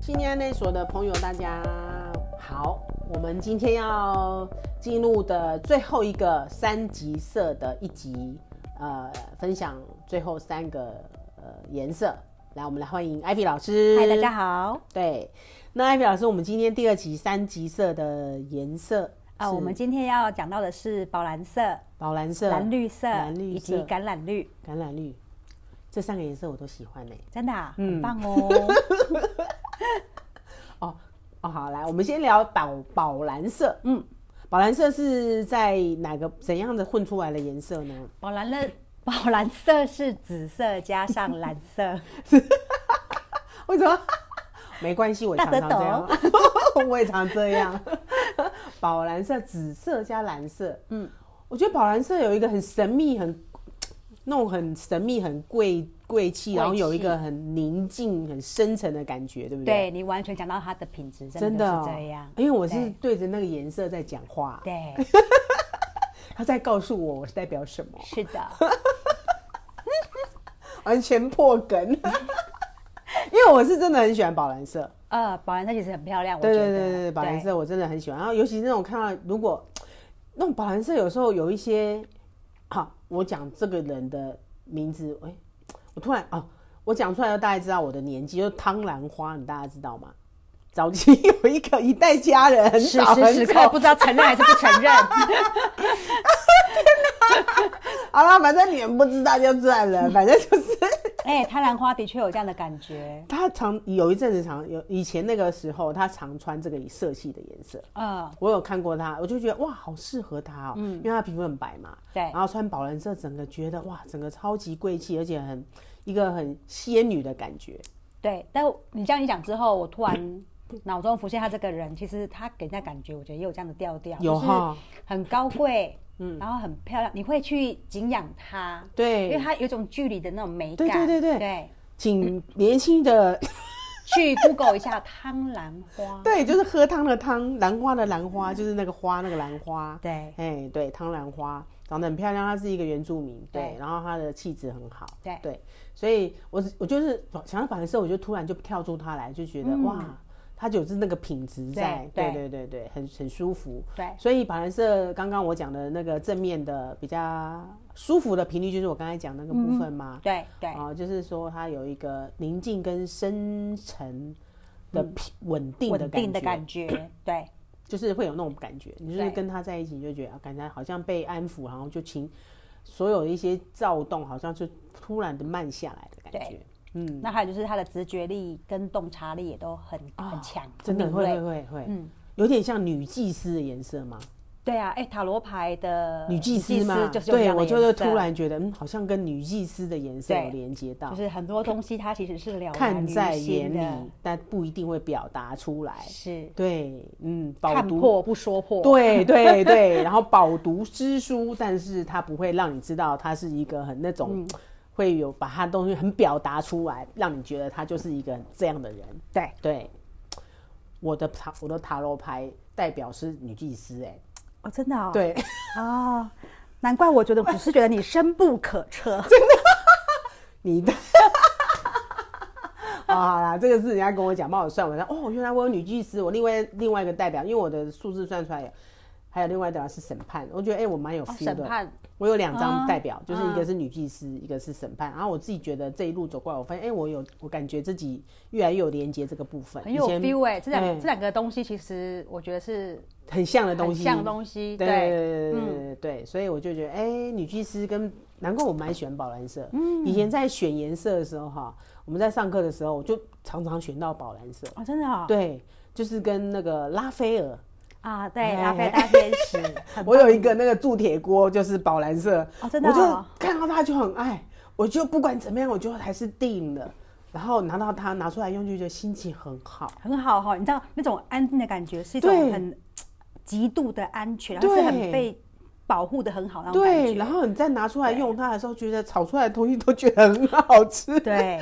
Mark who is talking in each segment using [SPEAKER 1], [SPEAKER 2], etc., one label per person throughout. [SPEAKER 1] 新年内所的朋友，大家好。我们今天要进入的最后一个三级色的一集，呃，分享最后三个呃颜色。来，我们来欢迎艾比老师。
[SPEAKER 2] 嗨，大家。好
[SPEAKER 1] 对，那艾比老师，我们今天第二集三级色的颜色
[SPEAKER 2] 啊！
[SPEAKER 1] 是
[SPEAKER 2] 我们今天要讲到的是宝蓝色、
[SPEAKER 1] 宝蓝色、
[SPEAKER 2] 蓝绿色
[SPEAKER 1] 蓝绿
[SPEAKER 2] 以及
[SPEAKER 1] 色、
[SPEAKER 2] 橄榄绿，
[SPEAKER 1] 橄榄绿，这三个颜色我都喜欢呢、
[SPEAKER 2] 真的、啊
[SPEAKER 1] 嗯
[SPEAKER 2] 很棒 哦。
[SPEAKER 1] 哦哦，好，来，我们先聊宝宝蓝色。嗯，宝蓝色是在哪个怎样的混出来的颜色呢？
[SPEAKER 2] 宝蓝的宝蓝色是紫色加上蓝 色，
[SPEAKER 1] 为什么？ 没关系，我常常这样， 我也常这样。宝蓝色、紫色加蓝色，嗯，我觉得宝蓝色有一个很神秘、很那种很神秘、很贵贵气，然后有一个很宁静、很深沉的感觉，对不对？
[SPEAKER 2] 对你完全讲到它的品质，
[SPEAKER 1] 对
[SPEAKER 2] 真
[SPEAKER 1] 真的
[SPEAKER 2] 的
[SPEAKER 1] 哦
[SPEAKER 2] 是这样。
[SPEAKER 1] 因为我是对着那个颜色在讲话，
[SPEAKER 2] 对，
[SPEAKER 1] 他在告诉我我是代表什么。
[SPEAKER 2] 是的，
[SPEAKER 1] 完全破梗， 因为我是真的很喜欢宝蓝色，
[SPEAKER 2] 呃，宝蓝色其实很漂亮，我觉
[SPEAKER 1] 对
[SPEAKER 2] 得。
[SPEAKER 1] 对对对，宝蓝色我真的很喜欢。然后尤其是那种看到如果那种宝蓝色，有时候有一些，好，我讲这个人的名字，哎、我突然哦，我讲出来就大家知道我的年纪，就是汤兰花，你大家知道吗？早期有一个一代佳人，很
[SPEAKER 2] 是
[SPEAKER 1] 早
[SPEAKER 2] 是是，
[SPEAKER 1] 很
[SPEAKER 2] 看
[SPEAKER 1] 早
[SPEAKER 2] 不知道承认还是不承 认。
[SPEAKER 1] 好啦，反正你们不知道就算了，反正就是
[SPEAKER 2] 哎、贪婪花的确有这样的感觉。
[SPEAKER 1] 他常有一阵子常有以前那个时候，他常穿这个色系的颜色。
[SPEAKER 2] 嗯，
[SPEAKER 1] 我有看过他，我就觉得哇，好适合他哦，因为他皮肤很白嘛，
[SPEAKER 2] 对
[SPEAKER 1] 然后穿宝蓝色，整个觉得哇，整个超级贵气，而且很一个很仙女的感觉，
[SPEAKER 2] 对，但你这样一讲之后，我突然脑中浮现他这个人，其实他给人家感觉，我觉得也有这样的调调，
[SPEAKER 1] 有
[SPEAKER 2] 就是
[SPEAKER 1] 哈
[SPEAKER 2] 很高贵，嗯，然后很漂亮，你会去敬仰他，因为
[SPEAKER 1] 对，
[SPEAKER 2] 他有一种距离的那种美感，
[SPEAKER 1] 对对对对
[SPEAKER 2] 对，
[SPEAKER 1] 请年轻的，
[SPEAKER 2] 去 Google 一下汤兰花，
[SPEAKER 1] 对，就是喝汤的汤，兰花的兰花，就是那个花那个兰花，
[SPEAKER 2] 对
[SPEAKER 1] 哎，对，汤兰花长得很漂亮，她是一个原住民，对，
[SPEAKER 2] 对
[SPEAKER 1] 然后她的气质很好，
[SPEAKER 2] 对
[SPEAKER 1] 所以我只我就是想到宝蓝色，我就突然就跳出她来，就觉得、哇，她就是那个品质在，
[SPEAKER 2] 对
[SPEAKER 1] 对对对对，很很舒服。
[SPEAKER 2] 对
[SPEAKER 1] 所以宝蓝色刚刚我讲的那个正面的比较舒服的频率，就是我刚才讲那个部分嘛，
[SPEAKER 2] 对对
[SPEAKER 1] 啊、就是说它有一个宁静跟深沉的平稳定的
[SPEAKER 2] 稳
[SPEAKER 1] 感
[SPEAKER 2] 定
[SPEAKER 1] 觉，
[SPEAKER 2] 的感觉，对
[SPEAKER 1] 就是会有那种感觉，你就是
[SPEAKER 2] 对
[SPEAKER 1] 跟他在一起，你就觉得啊感觉好像被安抚，然后就情所有的一些躁动，好像就突然的慢下来的感觉。嗯，
[SPEAKER 2] 那还有就是他的直觉力跟洞察力也都很很强，
[SPEAKER 1] 啊真的
[SPEAKER 2] 很敏
[SPEAKER 1] 会
[SPEAKER 2] 锐
[SPEAKER 1] 会会会，嗯，有点像女祭司的颜色吗？
[SPEAKER 2] 对啊，哎，塔罗牌的
[SPEAKER 1] 女祭司嘛，
[SPEAKER 2] 就是啊有这
[SPEAKER 1] 对
[SPEAKER 2] 样的
[SPEAKER 1] 我就是
[SPEAKER 2] 颜色
[SPEAKER 1] 突然觉得，嗯，好像跟女祭司的颜色有
[SPEAKER 2] 对
[SPEAKER 1] 连接到
[SPEAKER 2] 就，是很多东西它其实是了然
[SPEAKER 1] 看
[SPEAKER 2] 于
[SPEAKER 1] 在眼
[SPEAKER 2] 心
[SPEAKER 1] 里
[SPEAKER 2] 的，，
[SPEAKER 1] 但不一定会表达出来。
[SPEAKER 2] 是
[SPEAKER 1] 对，嗯，饱
[SPEAKER 2] 看
[SPEAKER 1] 读
[SPEAKER 2] 破不说破，
[SPEAKER 1] 对对对， 然后饱读诗书，但是他不会让你知道他是一个很那种，
[SPEAKER 2] 嗯
[SPEAKER 1] 会有把他东西很表达出来，让你觉得他就是一个这样的人。
[SPEAKER 2] 对
[SPEAKER 1] 对，我的塔我的塔罗牌代表是女祭司、哎，
[SPEAKER 2] 哦，真的啊、
[SPEAKER 1] 对，
[SPEAKER 2] 哦，难怪我觉得，我只是觉得你深不可 测。
[SPEAKER 1] 你 的。啊、好啦，这个是人家跟我讲，帮我算，我说哦，原来我有女祭司，我另外另外一个代表，因为我的数字算出来有，还有另外一个代表是审判，我觉得哎、我蛮有 feel
[SPEAKER 2] 哦审
[SPEAKER 1] 的，
[SPEAKER 2] 判
[SPEAKER 1] 我有两张代表，
[SPEAKER 2] 啊
[SPEAKER 1] 就是一个是女祭司，一个是审判。然后我自己觉得这一路走过来，我发现，哎、我有，我感觉自己越来越有连接这个部分，
[SPEAKER 2] 很有
[SPEAKER 1] 以前
[SPEAKER 2] feel 哎、这两、
[SPEAKER 1] 嗯
[SPEAKER 2] 这两个东西其实我觉得是
[SPEAKER 1] 很像的东
[SPEAKER 2] 很
[SPEAKER 1] 西，
[SPEAKER 2] 像东西，
[SPEAKER 1] 对
[SPEAKER 2] 对，嗯
[SPEAKER 1] 对对对对对，所以我就觉得，哎、女技师跟难怪我蛮喜欢宝蓝色。嗯，以前在选颜色的时候哈，我们在上课的时候，我就常常选到宝蓝色。
[SPEAKER 2] 哦，真的啊、
[SPEAKER 1] 对，就是跟那个拉斐尔，
[SPEAKER 2] 啊，对，
[SPEAKER 1] 哎
[SPEAKER 2] 拉菲大天使， 很
[SPEAKER 1] 我有一个那个铸铁锅，就是宝蓝色。
[SPEAKER 2] 哦真的哦
[SPEAKER 1] 我就看到它就很爱，我就不管怎么样，我就还是定了。然后拿到它拿出来用，就觉得心情很好。
[SPEAKER 2] 很好哈、你知道那种安定的感觉是一
[SPEAKER 1] 对
[SPEAKER 2] 种很极度的安全，然后是
[SPEAKER 1] 对
[SPEAKER 2] 很被保护的很好那种感
[SPEAKER 1] 对，
[SPEAKER 2] 觉，
[SPEAKER 1] 然后你再拿出来用它的时候，觉得炒出来的东西都觉得很好吃。
[SPEAKER 2] 对，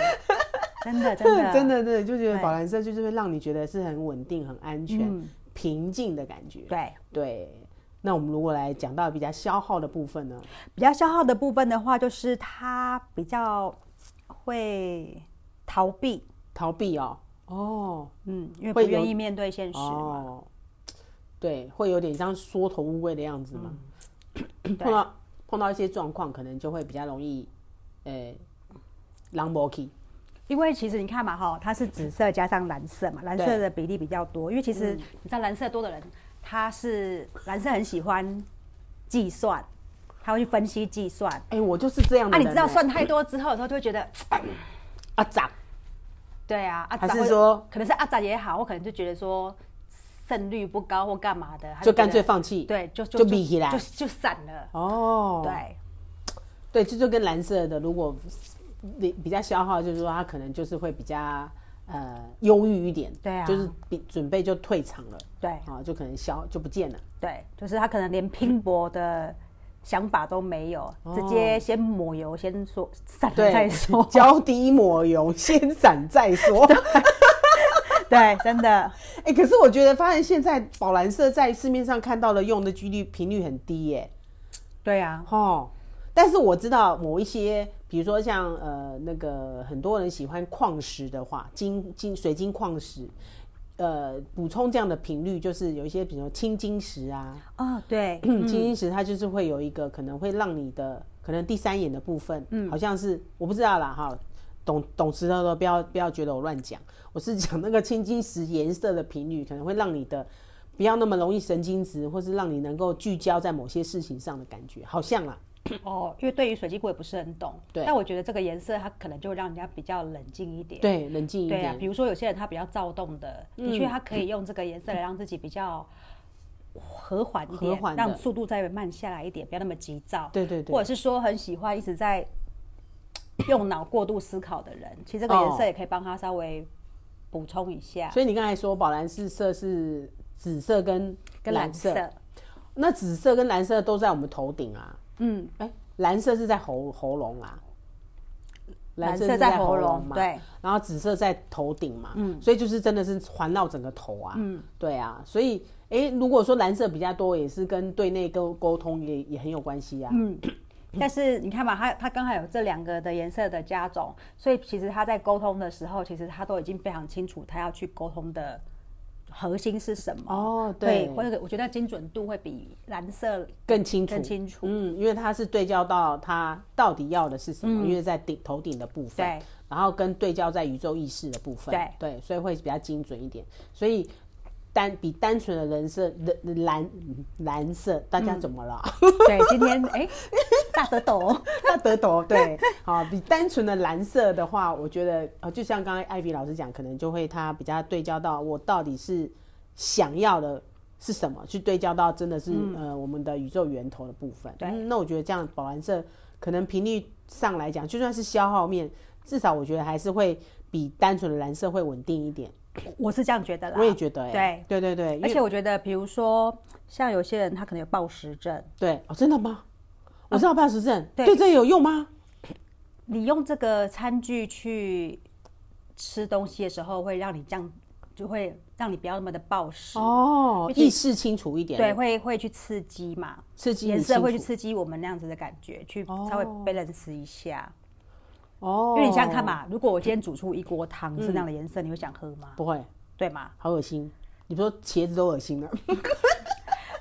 [SPEAKER 2] 真的真的
[SPEAKER 1] 真的真的就觉得
[SPEAKER 2] 对
[SPEAKER 1] 宝蓝色就是会让你觉得是很稳定、很安全、
[SPEAKER 2] 嗯
[SPEAKER 1] 平静的感觉。
[SPEAKER 2] 对。
[SPEAKER 1] 对，那我们如果来讲到比较消耗的部分呢？
[SPEAKER 2] 比较消耗的部分的话，就是他比较会逃避，
[SPEAKER 1] 逃避哦，哦
[SPEAKER 2] 嗯，因为不
[SPEAKER 1] 会有
[SPEAKER 2] 愿意面对现实嘛。
[SPEAKER 1] 哦，对，会有点像缩头乌龟的样子嘛。 碰
[SPEAKER 2] 对，
[SPEAKER 1] 到碰到一些状况，可能就会比较容易，呃，狼博 key
[SPEAKER 2] 因为其实你看嘛，哈，它是紫色加上蓝色嘛，蓝色
[SPEAKER 1] 对嗯
[SPEAKER 2] 的比例比较多。因为其实你知道蓝色多的人，他是蓝色很喜欢计算，他会去分析计算。
[SPEAKER 1] 哎、我就是这样的
[SPEAKER 2] 啊，你
[SPEAKER 1] 人、
[SPEAKER 2] 知道
[SPEAKER 1] 欸
[SPEAKER 2] 算太多之后，有时候就会觉得，
[SPEAKER 1] 啊长
[SPEAKER 2] 对啊，啊
[SPEAKER 1] 还
[SPEAKER 2] 咋
[SPEAKER 1] 是
[SPEAKER 2] 会
[SPEAKER 1] 说
[SPEAKER 2] 可能是阿杂也好，我可能就觉得说胜率不高或干嘛的，他
[SPEAKER 1] 就
[SPEAKER 2] 觉得
[SPEAKER 1] 干脆放弃。
[SPEAKER 2] 对，就
[SPEAKER 1] 就比起来
[SPEAKER 2] 就就散了。
[SPEAKER 1] 哦，
[SPEAKER 2] 对，
[SPEAKER 1] 对，这就跟蓝色的，如果比比较消耗，就是说他可能就是会比较呃忧郁一点，
[SPEAKER 2] 对啊
[SPEAKER 1] 就是比准备就退场了，
[SPEAKER 2] 对，
[SPEAKER 1] 啊，就可能消就不见了，
[SPEAKER 2] 对，就是他可能连拼搏的想法都没有，
[SPEAKER 1] 哦
[SPEAKER 2] 直接先抹油，先说散了
[SPEAKER 1] 对，。
[SPEAKER 2] 再说
[SPEAKER 1] 脚底抹油，先闪再 说。
[SPEAKER 2] 对，真的，
[SPEAKER 1] 哎、可是我觉得发现现在宝蓝色在市面上看到的用的几率频率很低耶、
[SPEAKER 2] 对啊，
[SPEAKER 1] 哦，但是我知道某一些，比如说像呃那个很多人喜欢矿石的话，金金水晶矿石，呃，补充这样的频率就是有一些，比如说青金石啊，
[SPEAKER 2] 哦，对，
[SPEAKER 1] 青金石它就是会有一个可能会让你的可能第三眼的部分，嗯，好像是我不知道啦哈。懂懂石头的，不要不要觉得我乱讲，我是讲那个青金石颜色的频率，可能会让你的不要那么容易神经质，或是让你能够聚焦在某些事情上的感觉，好像啦，
[SPEAKER 2] 哦，因为对于水晶我也不是很懂，
[SPEAKER 1] 对
[SPEAKER 2] 但我觉得这个颜色它可能就会让人家比较冷静一点。
[SPEAKER 1] 对，冷静一
[SPEAKER 2] 对啊
[SPEAKER 1] 点，，嗯
[SPEAKER 2] 比如说有些人他比较躁动的，的确他可以用这个颜色来让自己比较和缓一
[SPEAKER 1] 和
[SPEAKER 2] 点，
[SPEAKER 1] 缓的
[SPEAKER 2] 让速度再慢下来一点，不要那么急躁。
[SPEAKER 1] 对对
[SPEAKER 2] 或
[SPEAKER 1] 对，
[SPEAKER 2] 者是说很喜欢一直在用脑过度思考的人，其实这个
[SPEAKER 1] 哦
[SPEAKER 2] 颜色也可以帮他稍微补充一下，
[SPEAKER 1] 所以你刚才说宝蓝四色是紫色跟
[SPEAKER 2] 跟蓝
[SPEAKER 1] 色，
[SPEAKER 2] 色，
[SPEAKER 1] 那紫色跟蓝色都在我们头顶啊，
[SPEAKER 2] 嗯，
[SPEAKER 1] 哎、蓝色是在喉喉咙啊，
[SPEAKER 2] 蓝
[SPEAKER 1] 是
[SPEAKER 2] 色
[SPEAKER 1] 在
[SPEAKER 2] 在喉咙，
[SPEAKER 1] 嘛，
[SPEAKER 2] 对，
[SPEAKER 1] 然后紫色在头顶嘛，嗯，所以就是真的是环绕整个头啊，嗯，对啊，所以哎、如果说蓝色比较多，也是跟对内沟沟通也也很有关系啊，
[SPEAKER 2] 嗯。但是你看嘛，他他刚好有这两个的颜色的加总，所以其实他在沟通的时候，其实他都已经非常清楚他要去沟通的核心是什么。
[SPEAKER 1] 哦，
[SPEAKER 2] 对，
[SPEAKER 1] 对，
[SPEAKER 2] 或者我觉得精准度会比蓝色
[SPEAKER 1] 更清楚
[SPEAKER 2] 更。清 楚。
[SPEAKER 1] 嗯，因为它是对焦到它到底要的是什么，因为在顶头顶的部分，
[SPEAKER 2] 嗯对，
[SPEAKER 1] 然后跟对焦在宇宙意识的部分，
[SPEAKER 2] 对
[SPEAKER 1] 所以会比较精准一点。所以单比单纯的人色人蓝蓝色，大
[SPEAKER 2] 嗯
[SPEAKER 1] 家怎么了？
[SPEAKER 2] 对，今天哎，大得哦抖，
[SPEAKER 1] 他得头 对，好、比单纯的蓝色的话，我觉得呃，就像刚刚艾比老师讲，可能就会他比较对焦到我到底是想要的是什么，去对焦到真的是、呃我们的宇宙源头的部分。
[SPEAKER 2] 嗯对
[SPEAKER 1] 嗯那我觉得这样宝蓝色可能频率上来讲，就算是消耗面，至少我觉得还是会比单纯的蓝色会稳定一点。
[SPEAKER 2] 我是这样觉得啦。
[SPEAKER 1] 我也觉得、欸，对对对对，因
[SPEAKER 2] 啊而
[SPEAKER 1] 为
[SPEAKER 2] 且我觉得，比如说像有些人他可能有暴食症，
[SPEAKER 1] 对哦，真的吗？我知道怕实症，
[SPEAKER 2] 啊对
[SPEAKER 1] 对这有用吗？
[SPEAKER 2] 你用这个餐具去吃东西的时候，会让你这样，就会让你不要那么的暴食，
[SPEAKER 1] 哦，意识清楚一点，
[SPEAKER 2] 对，，会会去刺激嘛，
[SPEAKER 1] 刺激你
[SPEAKER 2] 颜色会去
[SPEAKER 1] 清楚
[SPEAKER 2] 刺激我们那样子的感觉，去
[SPEAKER 1] 哦
[SPEAKER 2] 稍微 balance 一下。
[SPEAKER 1] 哦，
[SPEAKER 2] 因为你想想看，嘛，如果我今天煮出一锅汤是那样的颜色，你会想喝吗？
[SPEAKER 1] 不会，
[SPEAKER 2] 对吗？
[SPEAKER 1] 好恶心。你说茄子都恶心了，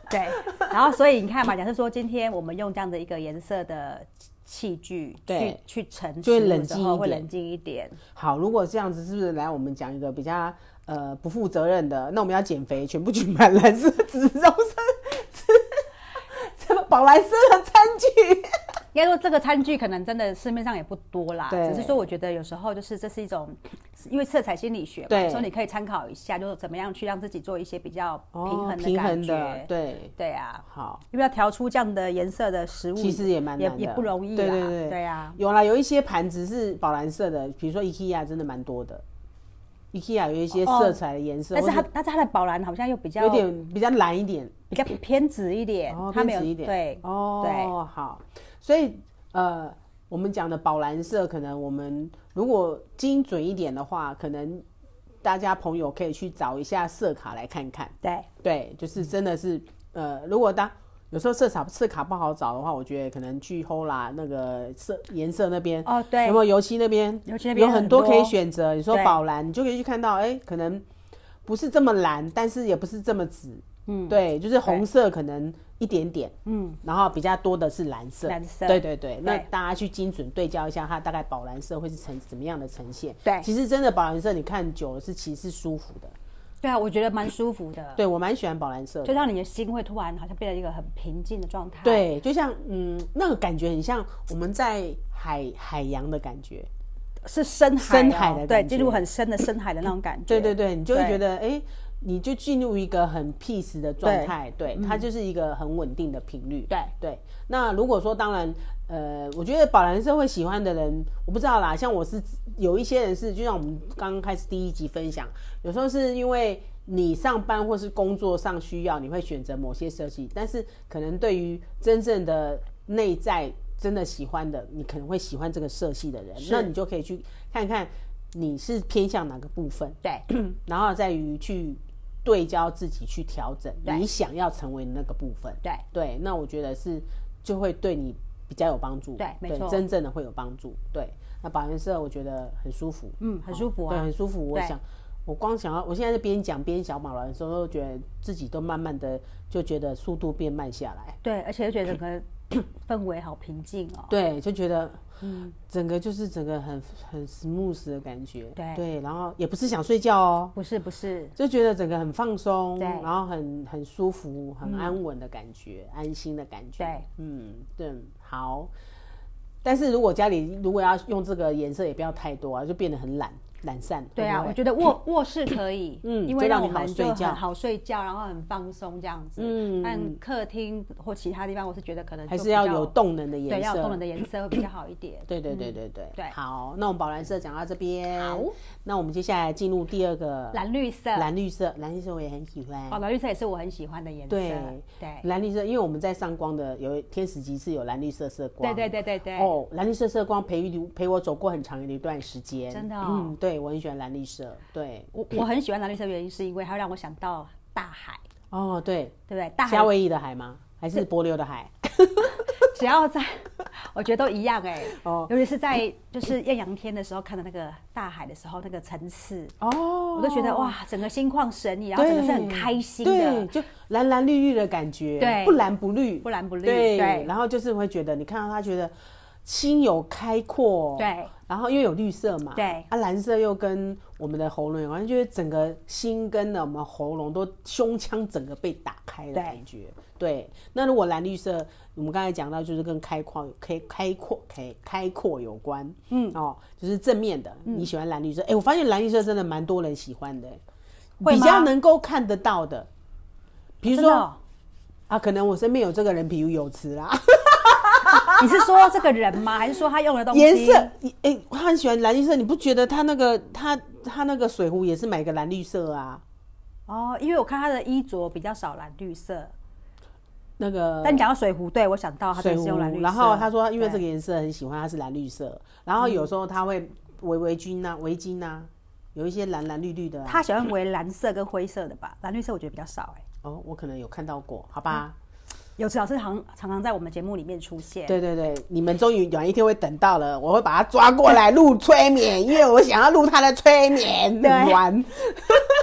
[SPEAKER 2] 对， 然后所以你看嘛，假设说今天我们用这样的一个颜色的器具去
[SPEAKER 1] 对
[SPEAKER 2] 去盛，
[SPEAKER 1] 就会冷
[SPEAKER 2] 时
[SPEAKER 1] 静一
[SPEAKER 2] 候会
[SPEAKER 1] 点
[SPEAKER 2] 冷静一点。
[SPEAKER 1] 好，如果这样子，是不是来我们讲一个比较呃不负责任的？那我们要减肥，全部去买蓝色、紫棕色、紫宝蓝色的餐具。
[SPEAKER 2] 应该说这个餐具可能真的市面上也不多啦，
[SPEAKER 1] 对
[SPEAKER 2] 只是说我觉得有时候就是这是一种，因为色彩心理学嘛，
[SPEAKER 1] 对
[SPEAKER 2] 所以你可以参考一下，就是怎么样去让自己做一些比较平衡
[SPEAKER 1] 哦
[SPEAKER 2] 的
[SPEAKER 1] 平
[SPEAKER 2] 感
[SPEAKER 1] 衡
[SPEAKER 2] 觉。
[SPEAKER 1] 的，对，
[SPEAKER 2] 对啊，
[SPEAKER 1] 好。
[SPEAKER 2] 因为要调出这样的颜色的食物，
[SPEAKER 1] 其实也蛮
[SPEAKER 2] 也
[SPEAKER 1] 难的
[SPEAKER 2] 也不容易啦。
[SPEAKER 1] 对对对
[SPEAKER 2] 啊，
[SPEAKER 1] 有啦，有一些盘子是宝蓝色的，比如说 IKEA 真的蛮多的，IKEA 有一些
[SPEAKER 2] 哦
[SPEAKER 1] 色彩的颜色，
[SPEAKER 2] 但是
[SPEAKER 1] 或
[SPEAKER 2] 它但是它的宝蓝好像又比较
[SPEAKER 1] 有点比较蓝一点，
[SPEAKER 2] 比较偏紫一点，
[SPEAKER 1] 哦，
[SPEAKER 2] 它没有
[SPEAKER 1] 偏紫一点，
[SPEAKER 2] 对
[SPEAKER 1] 哦，好，所以呃，我们讲的宝蓝色，可能我们如果精准一点的话，可能大家朋友可以去找一下色卡来看看，
[SPEAKER 2] 对
[SPEAKER 1] 对，就是真的是呃，如果当有时候色卡色卡不好找的话，我觉得可能去 Hola 那个色颜色那边，
[SPEAKER 2] 哦对
[SPEAKER 1] 有没有哎油漆那边，
[SPEAKER 2] 油漆那边
[SPEAKER 1] 有很
[SPEAKER 2] 很多
[SPEAKER 1] 可以选择。你说
[SPEAKER 2] 对
[SPEAKER 1] 宝蓝，你就可以去看到，哎、可能不是这么蓝，但是也不是这么紫，嗯，对，就是红色可能一点点，嗯，然后比较多的是蓝色，
[SPEAKER 2] 蓝色
[SPEAKER 1] 对对对。那
[SPEAKER 2] 对
[SPEAKER 1] 大家去精准对焦一下，它大概宝蓝色会是呈怎么样的呈现？
[SPEAKER 2] 对
[SPEAKER 1] 其实真的宝蓝色你看久了是其实是舒服的，
[SPEAKER 2] 对啊，我觉得蛮舒服的，
[SPEAKER 1] 对我蛮喜欢宝蓝色的
[SPEAKER 2] 就。让你的心会突然好像变成一个很平静的状态。，
[SPEAKER 1] 对，就像嗯，那个感觉很像我们在海海洋的感觉。
[SPEAKER 2] 是深海、哦，
[SPEAKER 1] 深海的感
[SPEAKER 2] 对，
[SPEAKER 1] 觉
[SPEAKER 2] 进入很深的深海的那种感觉。
[SPEAKER 1] 对对对，你就会
[SPEAKER 2] 对
[SPEAKER 1] 觉得哎、诶你就进入一个很 peace 的状态，对，它就是一个很稳定的频率。
[SPEAKER 2] 嗯对
[SPEAKER 1] 对，那如果说当然，呃，我觉得宝蓝色会喜欢的人，我不知道啦，像我是有一些人是，就像我们刚开始第一集分享，有时候是因为。你上班或是工作上需要，你会选择某些设计，但是可能对于真正的内在真的喜欢的，你可能会喜欢这个色系的人，那你就可以去看看你是偏向哪个部分。
[SPEAKER 2] 对
[SPEAKER 1] 然后在于去对焦自己去调整你想要成为的那个部分。
[SPEAKER 2] 对
[SPEAKER 1] 对，那我觉得是就会对你比较有帮助。
[SPEAKER 2] 对没错
[SPEAKER 1] 真正的会有帮助。对，那保颜色我觉得很舒服，
[SPEAKER 2] 嗯，很舒服
[SPEAKER 1] 对，
[SPEAKER 2] 啊。
[SPEAKER 1] 很舒服。我
[SPEAKER 2] 对
[SPEAKER 1] 想。我光想要，我现在是边讲边小马兰的时候，都觉得自己都慢慢的就觉得速度变慢下来，
[SPEAKER 2] 对，而且就觉得整个 氛围好平静哦。嗯
[SPEAKER 1] 对，就觉得，整个就是整个很很 smooth 的感觉，
[SPEAKER 2] 对
[SPEAKER 1] 对，然后也不是想睡觉哦，
[SPEAKER 2] 不是不是，
[SPEAKER 1] 就觉得整个很放松，
[SPEAKER 2] 对嗯
[SPEAKER 1] 然后很很舒服、很安稳的感觉，安心的感觉。
[SPEAKER 2] 对，
[SPEAKER 1] 嗯，对，好。但是如果家里如果要用这个颜色，也不要太多啊，就变得很懒懒散。
[SPEAKER 2] 对
[SPEAKER 1] 会
[SPEAKER 2] 啊，
[SPEAKER 1] 不
[SPEAKER 2] 我
[SPEAKER 1] 会
[SPEAKER 2] 觉得 卧卧室可以，
[SPEAKER 1] 嗯
[SPEAKER 2] 因
[SPEAKER 1] 就
[SPEAKER 2] 为
[SPEAKER 1] 让
[SPEAKER 2] 让我
[SPEAKER 1] 你好
[SPEAKER 2] 们
[SPEAKER 1] 睡
[SPEAKER 2] 就
[SPEAKER 1] 觉
[SPEAKER 2] 很好睡觉，然后很放松这样子。
[SPEAKER 1] 嗯
[SPEAKER 2] 嗯，但客厅或其他地方，我是觉得可能
[SPEAKER 1] 还
[SPEAKER 2] 就是比
[SPEAKER 1] 要
[SPEAKER 2] 较
[SPEAKER 1] 有动能的
[SPEAKER 2] 对
[SPEAKER 1] 颜
[SPEAKER 2] 要有动能
[SPEAKER 1] 色。
[SPEAKER 2] 的颜色会比较好一点。
[SPEAKER 1] 对对对对对，
[SPEAKER 2] 对
[SPEAKER 1] 好，那我们宝蓝色讲到这边，
[SPEAKER 2] 好，
[SPEAKER 1] 那我们接下来进入第二个
[SPEAKER 2] 蓝绿色，
[SPEAKER 1] 蓝绿色，蓝绿色我也很喜欢。
[SPEAKER 2] 哦，蓝绿色也是我很喜欢的颜色。
[SPEAKER 1] 对
[SPEAKER 2] 对
[SPEAKER 1] 蓝绿色，因为我们在上光的有天使集是有蓝绿色色光，
[SPEAKER 2] 对对对对对，
[SPEAKER 1] 哦，蓝绿色色光陪你陪我走过很长的一段时间，
[SPEAKER 2] 真的哦
[SPEAKER 1] 嗯，对我很喜欢蓝绿色，对，
[SPEAKER 2] 我我很喜欢蓝绿色，原因是因为它让我想到大海，
[SPEAKER 1] 哦，对，
[SPEAKER 2] 对不对？大海
[SPEAKER 1] 夏威夷的海吗？还是波流的海？
[SPEAKER 2] 只要在，我觉得都一样哎、
[SPEAKER 1] 哦
[SPEAKER 2] 尤其是在就是艳阳天的时候看到那个大海的时候，那个层次，
[SPEAKER 1] 哦
[SPEAKER 2] 我都觉得，哇，整个心旷神怡，然后
[SPEAKER 1] 对
[SPEAKER 2] 整个是很开心
[SPEAKER 1] 对，
[SPEAKER 2] 的，
[SPEAKER 1] 就蓝蓝绿绿的感觉，
[SPEAKER 2] 对
[SPEAKER 1] 不蓝不绿，
[SPEAKER 2] 不蓝不绿，
[SPEAKER 1] 对，
[SPEAKER 2] 对
[SPEAKER 1] 然后就是会觉得你看到它，觉得心有开阔，，
[SPEAKER 2] 对
[SPEAKER 1] 然后因为有绿色嘛，
[SPEAKER 2] 对
[SPEAKER 1] 啊，蓝色又跟我们的喉咙有关，就是整个心跟呢我们喉咙都胸腔整个被打开的
[SPEAKER 2] 对
[SPEAKER 1] 感觉。对，那如果蓝绿色，我们刚才讲到就是跟开阔、开开阔、开开阔有关，嗯，哦，就是正面的。
[SPEAKER 2] 嗯
[SPEAKER 1] 你喜欢蓝绿色？哎、我发现蓝绿色真的蛮多人喜欢的、
[SPEAKER 2] 会
[SPEAKER 1] 比
[SPEAKER 2] 吗
[SPEAKER 1] 较能够看得到的，比如
[SPEAKER 2] 真的
[SPEAKER 1] 说
[SPEAKER 2] 哦
[SPEAKER 1] 啊，可能我身边有这个人，比如有词啦。
[SPEAKER 2] 你是说这个人吗？还是说他用的东西？
[SPEAKER 1] 颜色，哎、我很喜欢蓝绿色，你不觉得他那个他他那个水壶也是买个蓝绿色啊？
[SPEAKER 2] 哦，因为我看他的衣着比较少蓝绿色，
[SPEAKER 1] 呃那个
[SPEAKER 2] 但你讲到水壶，对我想到他
[SPEAKER 1] 水
[SPEAKER 2] 就是
[SPEAKER 1] 壶
[SPEAKER 2] 用蓝绿色，，啊
[SPEAKER 1] 然后他说因为这
[SPEAKER 2] 对
[SPEAKER 1] 个颜色很喜欢，他是蓝绿色，然后有时候他会围围巾呐、围巾呐、有一些蓝蓝绿绿的啊、
[SPEAKER 2] 他喜欢为蓝色跟灰色的吧，蓝绿色我觉得比较少哎、
[SPEAKER 1] 哦，我可能有看到过，好
[SPEAKER 2] 嗯
[SPEAKER 1] 吧？
[SPEAKER 2] 有次老师常常常在我们节目里面出现，
[SPEAKER 1] 对对对，你们终于有一天会等到了，我会把他抓过来录催眠，因为我想要录他的催眠
[SPEAKER 2] 对
[SPEAKER 1] 玩。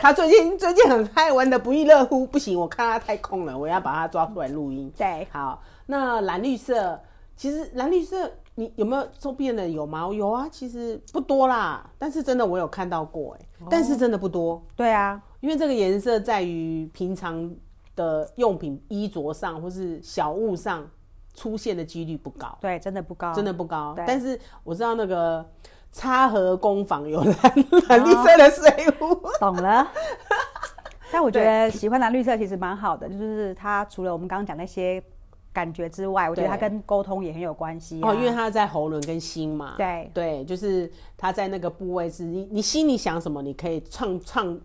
[SPEAKER 1] 他最近最近很嗨，玩的不亦乐乎。不行，我看他太空了，我要把他抓出来录音。
[SPEAKER 2] 对，
[SPEAKER 1] 好，那蓝绿色，其实蓝绿色，你有没有周边的有吗？有啊，其实不多啦，但是真的我有看到过、欸，但
[SPEAKER 2] 哦
[SPEAKER 1] 是真的不多。
[SPEAKER 2] 对啊，
[SPEAKER 1] 因为这个颜色在于平常的用品、衣着上或是小物上出现的几率不高，
[SPEAKER 2] 对，真的不高，
[SPEAKER 1] 真的不高
[SPEAKER 2] 哦对。
[SPEAKER 1] 但是我知道那个插河工坊有蓝
[SPEAKER 2] 哦
[SPEAKER 1] 蓝绿色的水 壶，
[SPEAKER 2] 懂了。但我觉得喜欢蓝绿色其实蛮好的，就是它除了我们刚刚讲那些感觉之外，我觉得它
[SPEAKER 1] 对
[SPEAKER 2] 跟沟通也很有关系、啊、
[SPEAKER 1] 哦，因为它在喉咙跟心嘛。
[SPEAKER 2] 对
[SPEAKER 1] 对，就是它在那个部位是你你心里想什么，你可以唱唱。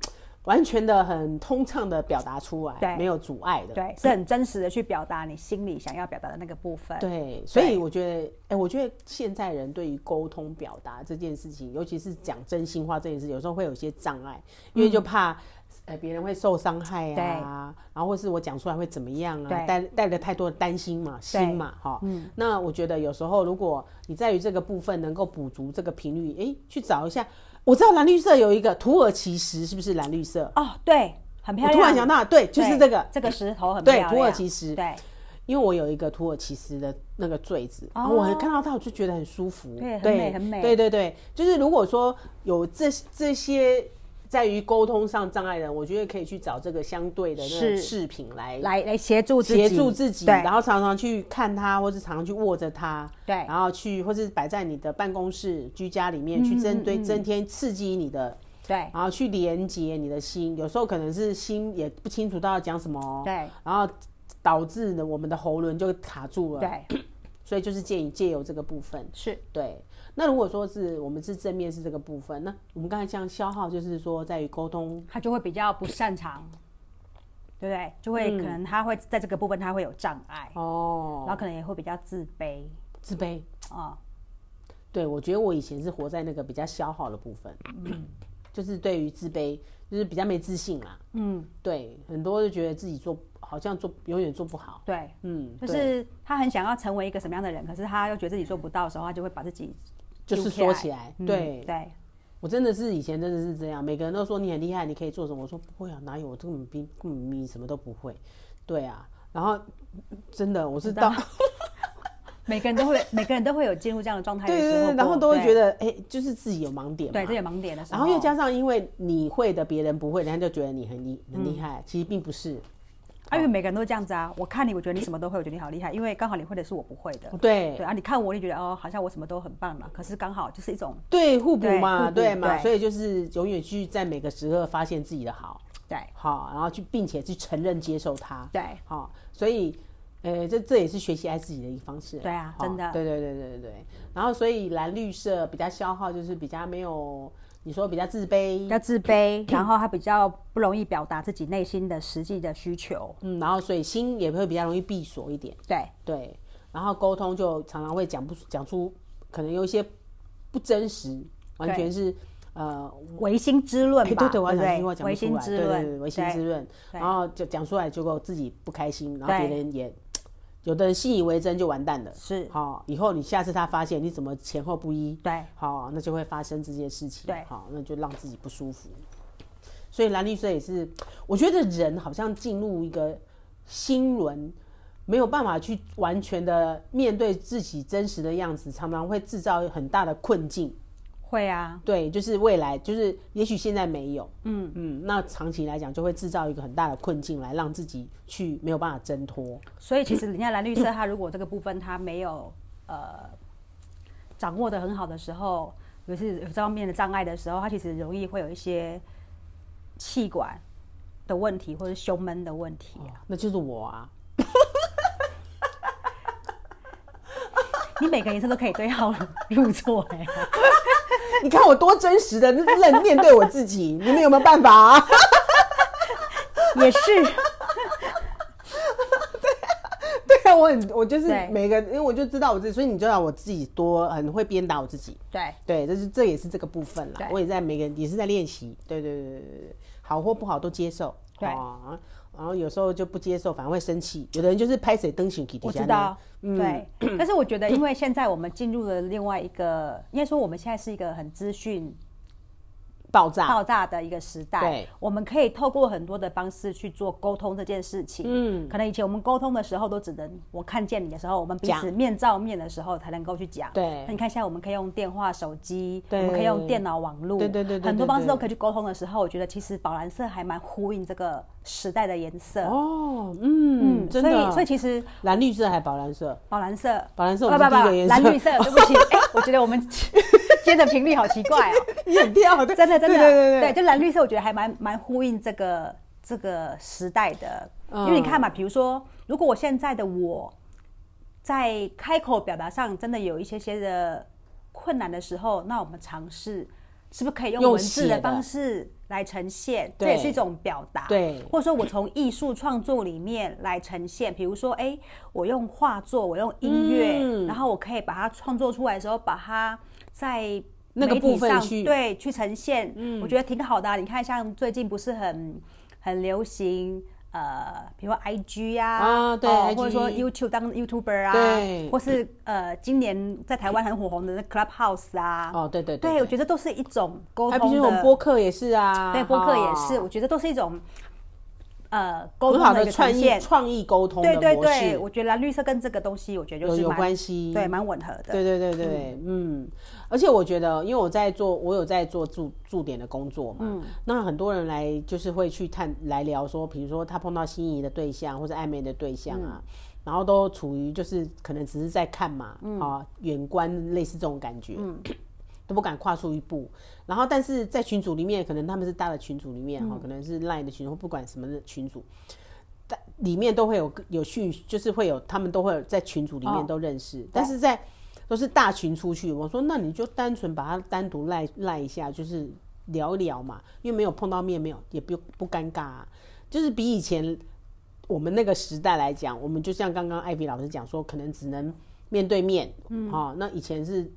[SPEAKER 1] 完全的很通畅的表达出
[SPEAKER 2] 对
[SPEAKER 1] 来，没有阻碍的。
[SPEAKER 2] 对是很真实的去表达你心里想要表达的那个部分。
[SPEAKER 1] 对，所以我觉得，哎、我觉得现在人对于沟通
[SPEAKER 2] 嗯
[SPEAKER 1] 表达这件事情，尤其是讲真心话这件事，有时候会有一些障碍，因为就怕呃别人会受伤害啊，然后或是我讲出来会怎么样啊，
[SPEAKER 2] 对嗯
[SPEAKER 1] 带带了太多的担心嘛、心嘛，哈。那我觉得有时候如果你在于这个部分能够补足这个频率，诶，去找一下。我知道蓝绿色有一个土耳其石，是不是蓝绿色？
[SPEAKER 2] 哦，对，很漂
[SPEAKER 1] 我
[SPEAKER 2] 亮。
[SPEAKER 1] 突然想到，对，就是这个。
[SPEAKER 2] 这个石头很漂
[SPEAKER 1] 对
[SPEAKER 2] 亮，
[SPEAKER 1] 土耳其石
[SPEAKER 2] 对
[SPEAKER 1] 因为我有一个土耳其石的那个坠子，
[SPEAKER 2] 哦
[SPEAKER 1] 然后我看到它我就觉得很舒服，
[SPEAKER 2] 对很美很美
[SPEAKER 1] 对对对，就是如果说有这这些在于沟通上障碍的人，我觉得可以去找这个相对的那个
[SPEAKER 2] 是
[SPEAKER 1] 饰品来
[SPEAKER 2] 来来协助自己
[SPEAKER 1] 协助自己，
[SPEAKER 2] 对
[SPEAKER 1] 然后常常去看它，或是常常去握着它，
[SPEAKER 2] 对
[SPEAKER 1] 然后去或是摆在你的办公室、居家里面
[SPEAKER 2] 嗯
[SPEAKER 1] 去
[SPEAKER 2] 嗯
[SPEAKER 1] 增对
[SPEAKER 2] 嗯
[SPEAKER 1] 增添刺激你的
[SPEAKER 2] 对
[SPEAKER 1] 然后去连接你的心，有时候可能是心也不清楚到底讲什么哦，
[SPEAKER 2] 对
[SPEAKER 1] 然后导致呢我们的喉轮就卡住了，
[SPEAKER 2] 对
[SPEAKER 1] 所以就是建议借由这个部分，
[SPEAKER 2] 是
[SPEAKER 1] 对。那如果说是我们是正面是这个部分，那我们刚才讲消耗就是说在于沟通，
[SPEAKER 2] 他就会比较不擅长，对不对？就会
[SPEAKER 1] 嗯
[SPEAKER 2] 可能他会在这个部分他会有障碍，然
[SPEAKER 1] 哦，
[SPEAKER 2] 后可能也会比较自卑
[SPEAKER 1] 自卑，
[SPEAKER 2] 啊、
[SPEAKER 1] 对我觉得我以前是活在那个比较消耗的部分，
[SPEAKER 2] 嗯
[SPEAKER 1] 就是对于自卑，就是比较没自信啦，
[SPEAKER 2] 嗯，
[SPEAKER 1] 对，很多就觉得自己做好像做永远做不好，
[SPEAKER 2] 对，
[SPEAKER 1] 嗯，
[SPEAKER 2] 就
[SPEAKER 1] 对
[SPEAKER 2] 是他很想要成为一个什么样的人，可是他又觉得自己做不到的时候，他就会把自己
[SPEAKER 1] 就是
[SPEAKER 2] 揪
[SPEAKER 1] 缩起来，
[SPEAKER 2] 嗯
[SPEAKER 1] 对，
[SPEAKER 2] 对
[SPEAKER 1] 我真的是以前真的是这样，每个人都说你很厉害，你可以做什么？我说不会啊，哪有？我根本比根本迷什么都不会。对啊，然后真的我是到
[SPEAKER 2] 每个人都会 每个人都会嗯有进入这样的状态
[SPEAKER 1] 对
[SPEAKER 2] 的时
[SPEAKER 1] 对
[SPEAKER 2] 候过，
[SPEAKER 1] 对，然后都会觉
[SPEAKER 2] 得
[SPEAKER 1] 得哎，就是自己有盲点
[SPEAKER 2] 对
[SPEAKER 1] 嘛。
[SPEAKER 2] 这有盲点的时
[SPEAKER 1] 然
[SPEAKER 2] 候，
[SPEAKER 1] 后又加上因为你会的别人不会，人家就觉得你很厉很
[SPEAKER 2] 嗯
[SPEAKER 1] 厉害，其实并不是。
[SPEAKER 2] 啊因为每个人都这样子啊，我看你，我觉得你什么都会，我觉得你好厉害，因为刚好你会的是我不会的，
[SPEAKER 1] 对
[SPEAKER 2] 对啊，你看我，你觉得哦，好像我什么都很棒嘛，可是刚好就是一种
[SPEAKER 1] 对，互补
[SPEAKER 2] 对
[SPEAKER 1] 嘛，
[SPEAKER 2] 互补
[SPEAKER 1] 对嘛，
[SPEAKER 2] 对
[SPEAKER 1] 所以就是永远去在每个时刻发现自己的好，
[SPEAKER 2] 对
[SPEAKER 1] 好，然后去并且去承认接受它。
[SPEAKER 2] 对
[SPEAKER 1] 好、所以，呃，这这也是学习爱自己的一方式啦。
[SPEAKER 2] 对啊
[SPEAKER 1] 好
[SPEAKER 2] 真的
[SPEAKER 1] 对对对对对对。然后，所以蓝绿色比较消耗，就是比较没有，你说比较自
[SPEAKER 2] 比
[SPEAKER 1] 卑，
[SPEAKER 2] 较自卑，然后他比较不容易表达自己内心的实际的需求，
[SPEAKER 1] 嗯，然后所以心也会比较容易闭锁一点，
[SPEAKER 2] 对
[SPEAKER 1] 对。然后沟通就常常会讲不讲出，可能有一些不真实，完全是呃
[SPEAKER 2] 唯心之论
[SPEAKER 1] 哎，
[SPEAKER 2] 吧，
[SPEAKER 1] 对对，我
[SPEAKER 2] 不
[SPEAKER 1] 想
[SPEAKER 2] 对
[SPEAKER 1] 听我？讲
[SPEAKER 2] 唯
[SPEAKER 1] 不出
[SPEAKER 2] 心
[SPEAKER 1] 来，
[SPEAKER 2] 之
[SPEAKER 1] 对对对，
[SPEAKER 2] 论，
[SPEAKER 1] 唯心
[SPEAKER 2] 对
[SPEAKER 1] 之论，
[SPEAKER 2] 对
[SPEAKER 1] 然后就讲出来，结果自己不开心，然后
[SPEAKER 2] 对
[SPEAKER 1] 别人也，有的人信以为真就完蛋了。
[SPEAKER 2] 是，
[SPEAKER 1] 好、以后你下次他发现你怎么前后不一，
[SPEAKER 2] 对
[SPEAKER 1] 好、那就会发生这件事情，
[SPEAKER 2] 对
[SPEAKER 1] 好、那就让自己不舒服。所以蓝绿色也是，我觉得人好像进入一个心轮，没有办法去完全的面对自己真实的样子，常常会制造很大的困境。
[SPEAKER 2] 会啊，
[SPEAKER 1] 对，就是未来，就是也许现在没有，嗯嗯，那长期来讲就会制造一个很大的困境，来让自己去没有办法挣脱。
[SPEAKER 2] 所以其实人家蓝绿色，它如果这个部分它没有呃掌握的很好的时候，尤其是有这方面的障碍的时候，它其实容易会有一些气管的问题或者胸闷的问题。
[SPEAKER 1] 哦那就是我啊，
[SPEAKER 2] 你每个颜色都可以对号入座哎、
[SPEAKER 1] 你看我多真实的认面对我自己，你们有没有办法啊？
[SPEAKER 2] 也是
[SPEAKER 1] 对啊，我很我就是
[SPEAKER 2] 对
[SPEAKER 1] 每个，因为我就知道我自己，所以你知道我自己多很会鞭打我自己。
[SPEAKER 2] 对
[SPEAKER 1] 对，这是这也是这个部分啦
[SPEAKER 2] 对。
[SPEAKER 1] 我也在每个也是在练习，对对对对对对，好或不好都接受。
[SPEAKER 2] 对
[SPEAKER 1] 哦然后有时候就不接受，反而会生气。有的人就是拍谁灯醒给
[SPEAKER 2] 我知道，对。但是我觉得，因为现在我们进入了另外一个，应该说我们现在是一个很资讯
[SPEAKER 1] 爆炸。
[SPEAKER 2] 爆炸的一个时代
[SPEAKER 1] 对，
[SPEAKER 2] 我们可以透过很多的方式去做沟通这件事情。嗯，可能以前我们沟通的时候都只能我看见你的时候，我们彼此面照面的时候才能够去讲。
[SPEAKER 1] 对
[SPEAKER 2] 那你看现在我们可以用电话、手机，我
[SPEAKER 1] 对
[SPEAKER 2] 们可以用电脑、网络，
[SPEAKER 1] 对对对对对
[SPEAKER 2] 很多方式都可以去沟通的时候，我觉得其实宝蓝色还蛮呼应这个时代的颜色。
[SPEAKER 1] 哦，嗯，真
[SPEAKER 2] 所
[SPEAKER 1] 的。
[SPEAKER 2] 以所以其实
[SPEAKER 1] 蓝绿色还宝蓝色，
[SPEAKER 2] 宝蓝色，
[SPEAKER 1] 宝蓝色我
[SPEAKER 2] 不
[SPEAKER 1] 们
[SPEAKER 2] 不
[SPEAKER 1] 是第一
[SPEAKER 2] 不
[SPEAKER 1] 个，颜色
[SPEAKER 2] 蓝绿色，对不起，哎，我觉得我们 接的频率好奇 怪哦。
[SPEAKER 1] 你很跳，对
[SPEAKER 2] 真的真的，
[SPEAKER 1] 对对对
[SPEAKER 2] 就蓝绿色，我觉得还蛮蛮呼应这个这个时代的，因
[SPEAKER 1] 嗯
[SPEAKER 2] 为你看嘛，比如说，如果我现在的我在开口表达上真的有一些些的困难的时候，那我们尝试是不是可以用
[SPEAKER 1] 用
[SPEAKER 2] 文字
[SPEAKER 1] 写
[SPEAKER 2] 的
[SPEAKER 1] 的
[SPEAKER 2] 方式来呈现？这
[SPEAKER 1] 对
[SPEAKER 2] 也是一种表达，
[SPEAKER 1] 对
[SPEAKER 2] 或者说我从艺术创作里面来呈现，比如说，哎，我用画作，我用音乐，
[SPEAKER 1] 嗯
[SPEAKER 2] 然后我可以把它创作出来的时候，把它在
[SPEAKER 1] 那个
[SPEAKER 2] 媒
[SPEAKER 1] 部
[SPEAKER 2] 体
[SPEAKER 1] 分
[SPEAKER 2] 上
[SPEAKER 1] 去嗯
[SPEAKER 2] 对去呈现，我觉得挺好的啊、你看，像最近不是很很流行。呃，比如说 IG 啊，
[SPEAKER 1] 啊对
[SPEAKER 2] 哦或者
[SPEAKER 1] IG
[SPEAKER 2] 说 YouTube 当 YouTuber 啊，
[SPEAKER 1] 对
[SPEAKER 2] 或是呃，今年在台湾很火红的那 Clubhouse 啊，
[SPEAKER 1] 哦，对对
[SPEAKER 2] 对我觉得都是一种沟
[SPEAKER 1] 还有
[SPEAKER 2] 通
[SPEAKER 1] 比如
[SPEAKER 2] 的。
[SPEAKER 1] 我们播客也是啊，
[SPEAKER 2] 对，播客也
[SPEAKER 1] 哦
[SPEAKER 2] 是，我觉得都是一种呃沟
[SPEAKER 1] 很
[SPEAKER 2] 通
[SPEAKER 1] 好
[SPEAKER 2] 的一
[SPEAKER 1] 的
[SPEAKER 2] 个
[SPEAKER 1] 创
[SPEAKER 2] 呈
[SPEAKER 1] 意
[SPEAKER 2] 现。
[SPEAKER 1] 创意沟通的模
[SPEAKER 2] 对
[SPEAKER 1] 式，
[SPEAKER 2] 对对，我觉得蓝绿色跟这个东西，我觉得就
[SPEAKER 1] 有
[SPEAKER 2] 是
[SPEAKER 1] 有
[SPEAKER 2] 蛮
[SPEAKER 1] 关系，
[SPEAKER 2] 对，蛮吻合的。
[SPEAKER 1] 对对对对，嗯，而且我觉得，因为我在做，我有在做驻驻点的工作嘛，那很多人来就是会去探来聊说，比如说他碰到心仪的对象或者暧昧的对象啊，然后都处于就是可能只是在看嘛，啊，远观类似这种感觉，都不敢跨出一步。然后，但是在群组里面，可能他们是大的群组里面哈、可能是 Line 的群组，或不管什么的群组。但里面都会有有讯，就是会有他们都会有在群组里面都认识，但是在都是大群出去。我说那你就单纯把它单独赖赖一下，就是聊一聊嘛，因为没有碰到面，没有也不不尴尬、啊，就是比以前我们那个时代来讲，我们就像刚刚艾比老师讲说，可能只能面对面，嗯，哦，那以前是。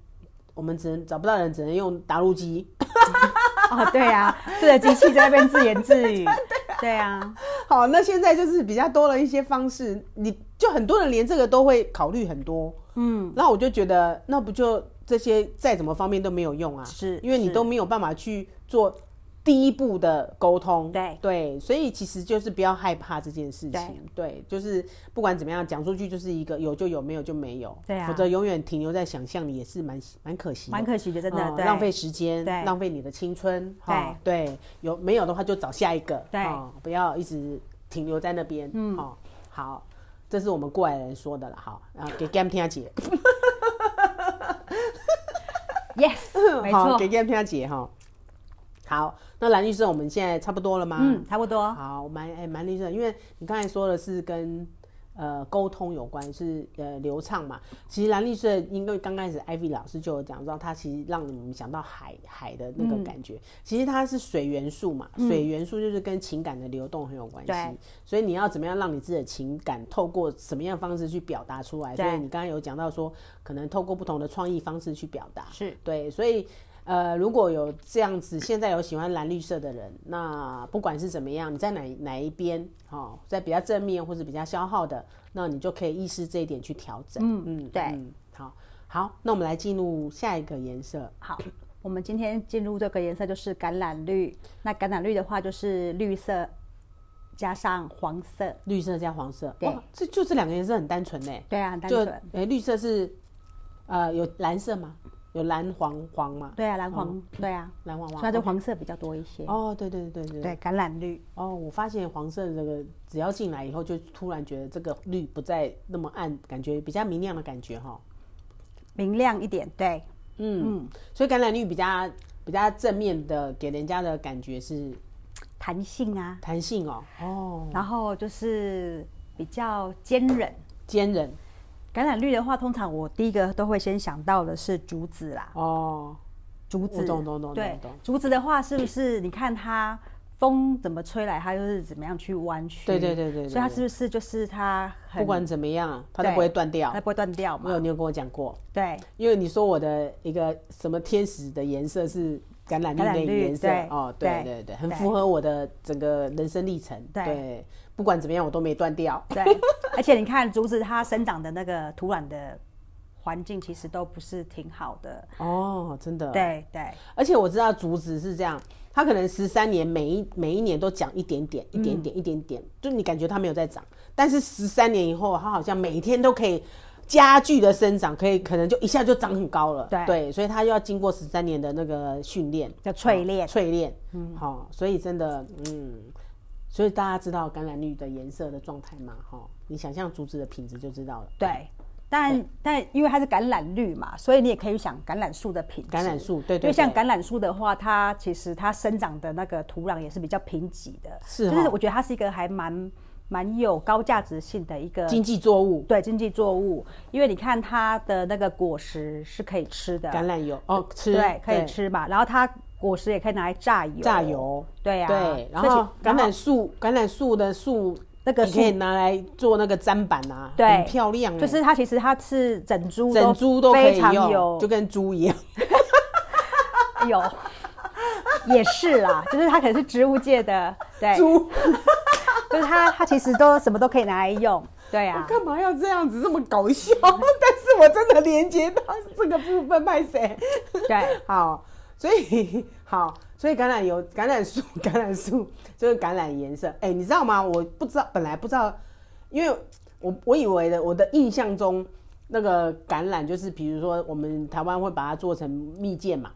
[SPEAKER 1] 我们只能找不到人，只能用打录机，
[SPEAKER 2] 哦，对啊，对着机器在那边自言自语， 对啊，
[SPEAKER 1] 好，那现在就是比较多了一些方式，你就很多人连这个都会考虑很多，嗯，那我就觉得那不就这些再怎么方面都没有用啊，
[SPEAKER 2] 是
[SPEAKER 1] 因为你
[SPEAKER 2] 是
[SPEAKER 1] 都没有办法去做第一步的沟通，
[SPEAKER 2] 对
[SPEAKER 1] 对，所以其实就是不要害怕这件事情对，
[SPEAKER 2] 对，
[SPEAKER 1] 就是不管怎么样讲出去就是一个有就有，没有就没有，
[SPEAKER 2] 对啊
[SPEAKER 1] 否则永远停留在想象里也是蛮蛮可惜的，
[SPEAKER 2] 蛮可惜的，真的，
[SPEAKER 1] 嗯
[SPEAKER 2] 对，
[SPEAKER 1] 浪费时间，
[SPEAKER 2] 对
[SPEAKER 1] 浪费你的青春，哈，对，有没有的话就找下一个，
[SPEAKER 2] 对
[SPEAKER 1] 哦不要一直停留在那边，嗯，哦，好，这是我们过来人说的了，好，然后给 Gam 听姐，
[SPEAKER 2] ，yes，没
[SPEAKER 1] 嗯好
[SPEAKER 2] 错，
[SPEAKER 1] 给 Gam 听姐 哈，好，那蓝律师，我们现在差不多了吗？
[SPEAKER 2] 嗯，差不多，
[SPEAKER 1] 好，蛮哎蛮厉害，因为你刚才说的是跟呃沟通有关，是呃流畅嘛。其实蓝绿色，因为刚开始艾 v 老师就有讲到，它其实让你们想到海海的那个感觉。
[SPEAKER 2] 嗯
[SPEAKER 1] 其实它是水元素嘛，水元素就是跟情感的流动很有关系。
[SPEAKER 2] 对
[SPEAKER 1] 所以你要怎么样让你自己的情感透过什么样的方式去表达出来？所以
[SPEAKER 2] 对
[SPEAKER 1] 你刚刚有讲到说，可能透过不同的创意方式去表达。
[SPEAKER 2] 是
[SPEAKER 1] 对，所以呃，如果有这样子，现在有喜欢蓝绿色的人，那不管是怎么样，你在哪哪一边，哦，在比较正面或者比较消耗的，那你就可以意识这一点去调整。嗯
[SPEAKER 2] 对
[SPEAKER 1] 嗯，好，好，那我们来进入下一个颜色，
[SPEAKER 2] 好。我们今天进入这个颜色就是橄榄绿，那橄榄绿的话就是绿色加上黄色，
[SPEAKER 1] 绿色加黄色。
[SPEAKER 2] 对
[SPEAKER 1] 哇，这就这两个颜色很单纯呢。
[SPEAKER 2] 对啊，很单
[SPEAKER 1] 就
[SPEAKER 2] 纯，
[SPEAKER 1] 诶绿色是呃有蓝色吗？有蓝黄黄吗？
[SPEAKER 2] 对啊，蓝黄，对啊，
[SPEAKER 1] 蓝黄
[SPEAKER 2] 所
[SPEAKER 1] 嗯黄
[SPEAKER 2] 以它就黄色比较多一些，
[SPEAKER 1] 哦，对对对对
[SPEAKER 2] 对，橄榄绿，
[SPEAKER 1] 哦，我发现黄色的这个只要进来以后，就突然觉得这个绿不再那么暗，感觉比较明亮的感觉哈。
[SPEAKER 2] 明亮一点，对，
[SPEAKER 1] 嗯，所以橄榄绿比较比较正面的，给人家的感觉是
[SPEAKER 2] 弹性啊，
[SPEAKER 1] 弹性哦，哦，
[SPEAKER 2] 然后就是比较坚韧。
[SPEAKER 1] 坚韧
[SPEAKER 2] 橄榄绿的话，通常我第一个都会先想到的是竹子啦，
[SPEAKER 1] 哦，
[SPEAKER 2] 竹
[SPEAKER 1] 我
[SPEAKER 2] 子，
[SPEAKER 1] 懂懂懂
[SPEAKER 2] 对
[SPEAKER 1] 懂懂，
[SPEAKER 2] 竹子的话是不是？你看它风怎么吹来，它就是怎么样去弯曲，
[SPEAKER 1] 对对对对对
[SPEAKER 2] 所以它是不是就是它很
[SPEAKER 1] 不管怎么样，它都
[SPEAKER 2] 对
[SPEAKER 1] 不会断掉
[SPEAKER 2] 它。不会断掉
[SPEAKER 1] 没有，
[SPEAKER 2] 嘛？
[SPEAKER 1] 你有跟我讲过，
[SPEAKER 2] 对，
[SPEAKER 1] 因为你说我的一个什么天使的颜色是橄榄
[SPEAKER 2] 橄
[SPEAKER 1] 绿那
[SPEAKER 2] 榄
[SPEAKER 1] 个
[SPEAKER 2] 绿
[SPEAKER 1] 颜色
[SPEAKER 2] 对
[SPEAKER 1] 哦，对
[SPEAKER 2] 对
[SPEAKER 1] 对对，很
[SPEAKER 2] 对
[SPEAKER 1] 符合我的整个人生历程。
[SPEAKER 2] 对
[SPEAKER 1] 对，不管怎么样，我都没断掉。
[SPEAKER 2] 对， 而且你看竹子它生长的那个土壤的环境其实都不是挺好的，
[SPEAKER 1] 哦，真的。
[SPEAKER 2] 对对
[SPEAKER 1] 而且我知道竹子是这样，它可能十三年每一每一年都讲一点点、一
[SPEAKER 2] 嗯
[SPEAKER 1] 点点、一点点，就你感觉它没有在长，但是十三年以后，它好像每一天都可以加剧的生长，可以可能就一下就长很高了。
[SPEAKER 2] 对
[SPEAKER 1] 所以它又要经过十三年的那个训练，
[SPEAKER 2] 叫淬炼
[SPEAKER 1] 淬炼。好、所以真的，嗯，所以大家知道橄榄绿的颜色的状态嘛，哈、你想象竹子的品质就知道了。
[SPEAKER 2] 对。但但因为它是橄榄绿嘛，所以你也可以想橄榄树的品质。
[SPEAKER 1] 橄榄树，对
[SPEAKER 2] 因
[SPEAKER 1] 对对，
[SPEAKER 2] 为像橄榄树的话，它其实它生长的那个土壤也是比较贫瘠的，
[SPEAKER 1] 是
[SPEAKER 2] 就是
[SPEAKER 1] 哦
[SPEAKER 2] 我觉得它是一个还蛮蛮有高价值性的一个
[SPEAKER 1] 经济作物，
[SPEAKER 2] 对经济作物，因为你看它的那个果实是可以吃的，
[SPEAKER 1] 橄榄油哦，吃
[SPEAKER 2] 对，可以吃嘛，然后它果实也可以拿来榨油，
[SPEAKER 1] 榨，油。
[SPEAKER 2] 对呀、
[SPEAKER 1] 对，然
[SPEAKER 2] 所以
[SPEAKER 1] 后
[SPEAKER 2] 其
[SPEAKER 1] 橄
[SPEAKER 2] 然
[SPEAKER 1] 榄
[SPEAKER 2] 后
[SPEAKER 1] 树，橄榄树的树，
[SPEAKER 2] 那个
[SPEAKER 1] 你可以
[SPEAKER 2] 树
[SPEAKER 1] 拿来做那个砧板啊，
[SPEAKER 2] 对
[SPEAKER 1] 很漂亮欸，
[SPEAKER 2] 就是它其实它是整株
[SPEAKER 1] 整株都可
[SPEAKER 2] 非
[SPEAKER 1] 以
[SPEAKER 2] 常
[SPEAKER 1] 用，
[SPEAKER 2] 有
[SPEAKER 1] 就跟猪一样。
[SPEAKER 2] 有，也是啦，就是它可能是植物界的，对，
[SPEAKER 1] 猪，
[SPEAKER 2] 就是它它其实都什么都可以拿来用，对啊，
[SPEAKER 1] 干嘛要这样子这么搞笑？ 但是我真的连接到这个部分，派谁？
[SPEAKER 2] 对，
[SPEAKER 1] 好，所以好，所以橄榄油、橄榄树、橄榄树就是橄榄颜色。哎、你知道吗？我不知道，本来不知道，因为我我以为的，我的印象中那个橄榄就是，比如说我们台湾会把它做成蜜饯嘛，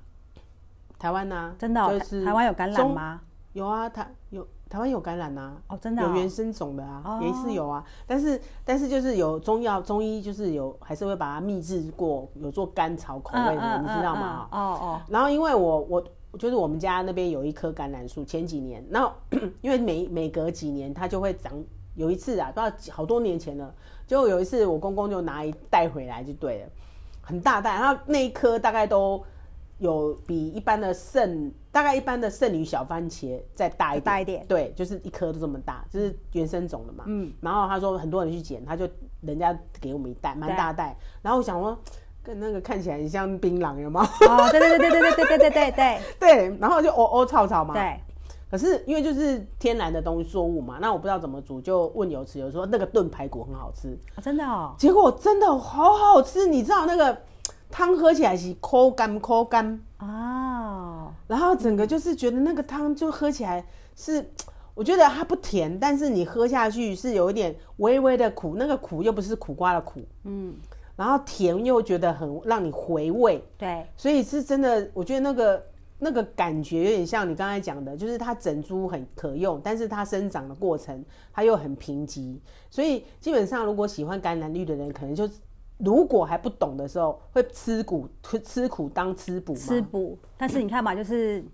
[SPEAKER 1] 台湾呐、
[SPEAKER 2] 真的哦、
[SPEAKER 1] 就是
[SPEAKER 2] 台湾有橄榄
[SPEAKER 1] 中？
[SPEAKER 2] 吗？
[SPEAKER 1] 有啊，台有台湾有橄榄呐、
[SPEAKER 2] 哦，真的哦、
[SPEAKER 1] 有原生种的啊，
[SPEAKER 2] 哦
[SPEAKER 1] 也是有啊。但是但是就是有中药中医就是有还是会把它秘制过，有做甘草口味的，你知道吗？哈、
[SPEAKER 2] 嗯哦
[SPEAKER 1] 然后因为我我我就是我们家那边有一棵橄榄树，前几年，然后 因为每每隔几年它就会长。有一次啊，不知道几好多年前了，就有一次我公公就拿一袋回来就对了，很大袋，然后那一颗大概都有比一般的圣，大概一般的圣女小番茄再大一点，
[SPEAKER 2] 大一点
[SPEAKER 1] 对，就是一颗都这么大，就是原生种的嘛。
[SPEAKER 2] 嗯，
[SPEAKER 1] 然后他说很多人去捡，他就人家给我们一袋，蛮
[SPEAKER 2] 对
[SPEAKER 1] 大袋，然后我想说，跟那个看起来很像槟榔，有吗？
[SPEAKER 2] 哦哦，对对对对对对对对对对
[SPEAKER 1] 对，然后就哦哦草草嘛。。
[SPEAKER 2] 对，
[SPEAKER 1] 可是因为就是天然的东西作物嘛，那我不知道怎么煮，就问有池有说那个炖排骨很好吃，
[SPEAKER 2] 哦真的哦，
[SPEAKER 1] 结果真的好好吃，你知道那个汤喝起来是口干口干，
[SPEAKER 2] 哦，
[SPEAKER 1] 然后整个就是觉得那个汤就喝起来是。我觉得它不甜，但是你喝下去是有一点微微的苦，那个苦又不是苦瓜的苦，
[SPEAKER 2] 嗯，
[SPEAKER 1] 然后甜又觉得很让你回味，
[SPEAKER 2] 对，
[SPEAKER 1] 所以是真的，我觉得那个那个感觉有点像你刚才讲的，就是它整株很可用，但是它生长的过程它又很贫瘠，所以基本上如果喜欢橄榄绿的人，可能就如果还不懂的时候，会吃苦吃吃苦当吃补
[SPEAKER 2] 吃
[SPEAKER 1] 嘛。
[SPEAKER 2] 补，但是你看嘛，就是